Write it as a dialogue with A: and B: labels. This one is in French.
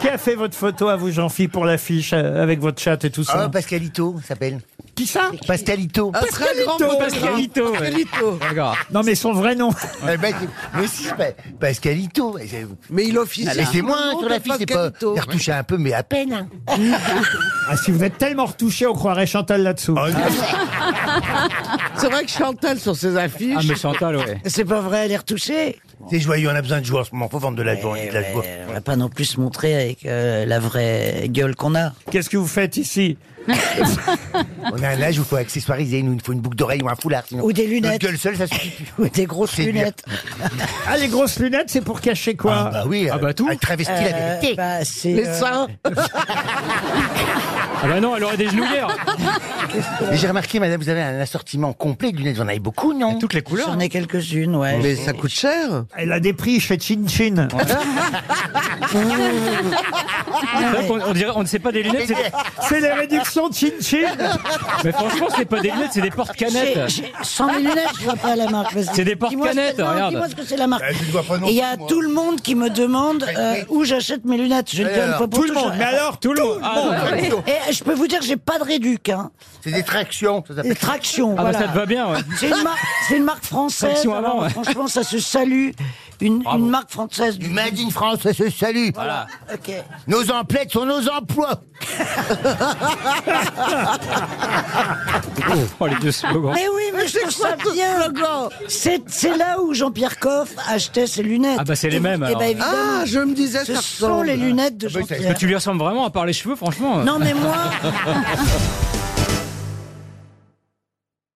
A: Qui a fait votre photo à vous, Jean-Philippe, pour l'affiche euh, avec votre chatte et tout ça
B: Ah, Pascalito, ça s'appelle.
A: Qui ça
B: Pascalito.
C: Un très Ah, grand
A: Pascalito,
C: photographe.
A: Pascalito, ouais.
C: Pascalito.
A: Non, mais son vrai nom.
B: Eh ben, c'est- mais si, pa- Pascalito. Mais c'est-
C: Mais il officie.
B: mais c'est moi sur la fiche, c'est pas.
C: Pascalito.
B: J'ai retouché un peu, mais à peine. hein.
A: Ah, si vous êtes tellement retouché, on croirait Chantal là-dessous.
B: Ah.
C: C'est vrai que Chantal sur ses affiches.
D: Ah, mais Chantal, ouais.
E: C'est pas vrai, elle est retouchée.
B: C'est joyeux, on a besoin de jouer en ce moment. Faut vendre de la joie, on est de la joie.
E: On va pas non plus se montrer avec euh, la vraie gueule qu'on a.
A: Qu'est-ce que vous faites ici
B: On a un âge où il faut accessoiriser. Nous, il faut une boucle d'oreille ou un foulard. Sinon,
E: Ou des lunettes.
B: Notre gueule seule, ça suffit plus.
E: Ou des grosses
B: C'est bien.
E: lunettes.
A: Ah, les grosses lunettes, c'est pour cacher quoi
B: Ah, bah oui.
D: Ah, bah, tout.
B: Elle travestit la
E: Euh,
B: vérité.
E: bah, c'est,
C: Les
E: euh,
C: seins.
D: Ah bah non, elle aurait des genouillères.
B: Mais J'ai remarqué, madame, vous avez un assortiment complet de lunettes. Vous en avez beaucoup, non
D: Toutes les couleurs.
E: J'en ai quelques-unes, ouais.
C: Mais ça coûte cher.
A: Elle a des prix chez Chin Chin.
D: C'est vrai qu'on- on, dirait, on ne sait pas des lunettes. c'est-
A: C'est les réductions de Chin Chin
D: Mais franchement, c'est pas des lunettes, c'est des
E: J'ai-
D: porte-canettes.
E: j'ai- Sans mes lunettes, je vois pas la marque. vas-y.
D: C'est des
E: Dis-moi ce que-
D: porte-canettes,
E: non,
D: regarde.
E: Dis-moi ce que c'est la marque.
B: Euh, je ne vois pas non
E: Et il y
B: plus,
E: a
B: moi.
E: tout le monde qui me demande euh, où j'achète mes lunettes. Je ne
B: Alors,
E: donne pas pour
A: Tout le monde,
E: je-
A: mais alors tout le monde
D: Ah, non, ah,
E: Et je peux vous dire que j'ai pas de réduc. Hein.
B: C'est des tractions. Ça s'appelle.
E: Les tractions,
D: bah
E: voilà.
D: ça te va bien, ouais.
E: C'est une marque, c'est une marque française.
D: Traction avant,
E: alors,
D: ouais.
E: Franchement, ça se salue. Une, une marque française.
B: Du
E: Du...
B: Made in France, ça se salue.
E: Voilà. Ok.
B: Nos emplettes sont nos emplois.
D: Oh, les deux slogans.
E: Mais oui, mais je trouve ça bien. C'est c'est là où Jean-Pierre Coff achetait ses lunettes.
D: Ah bah, c'est les mêmes,
E: Eh
D: alors.
E: ben, évidemment,
C: Ah, je me disais,
E: ce
C: ça
E: sont les
C: ressemble.
E: lunettes de
B: bah, ça-
E: Jean-Pierre.
D: euh. Tu lui ressembles vraiment à part les cheveux, franchement.
E: Non mais moi,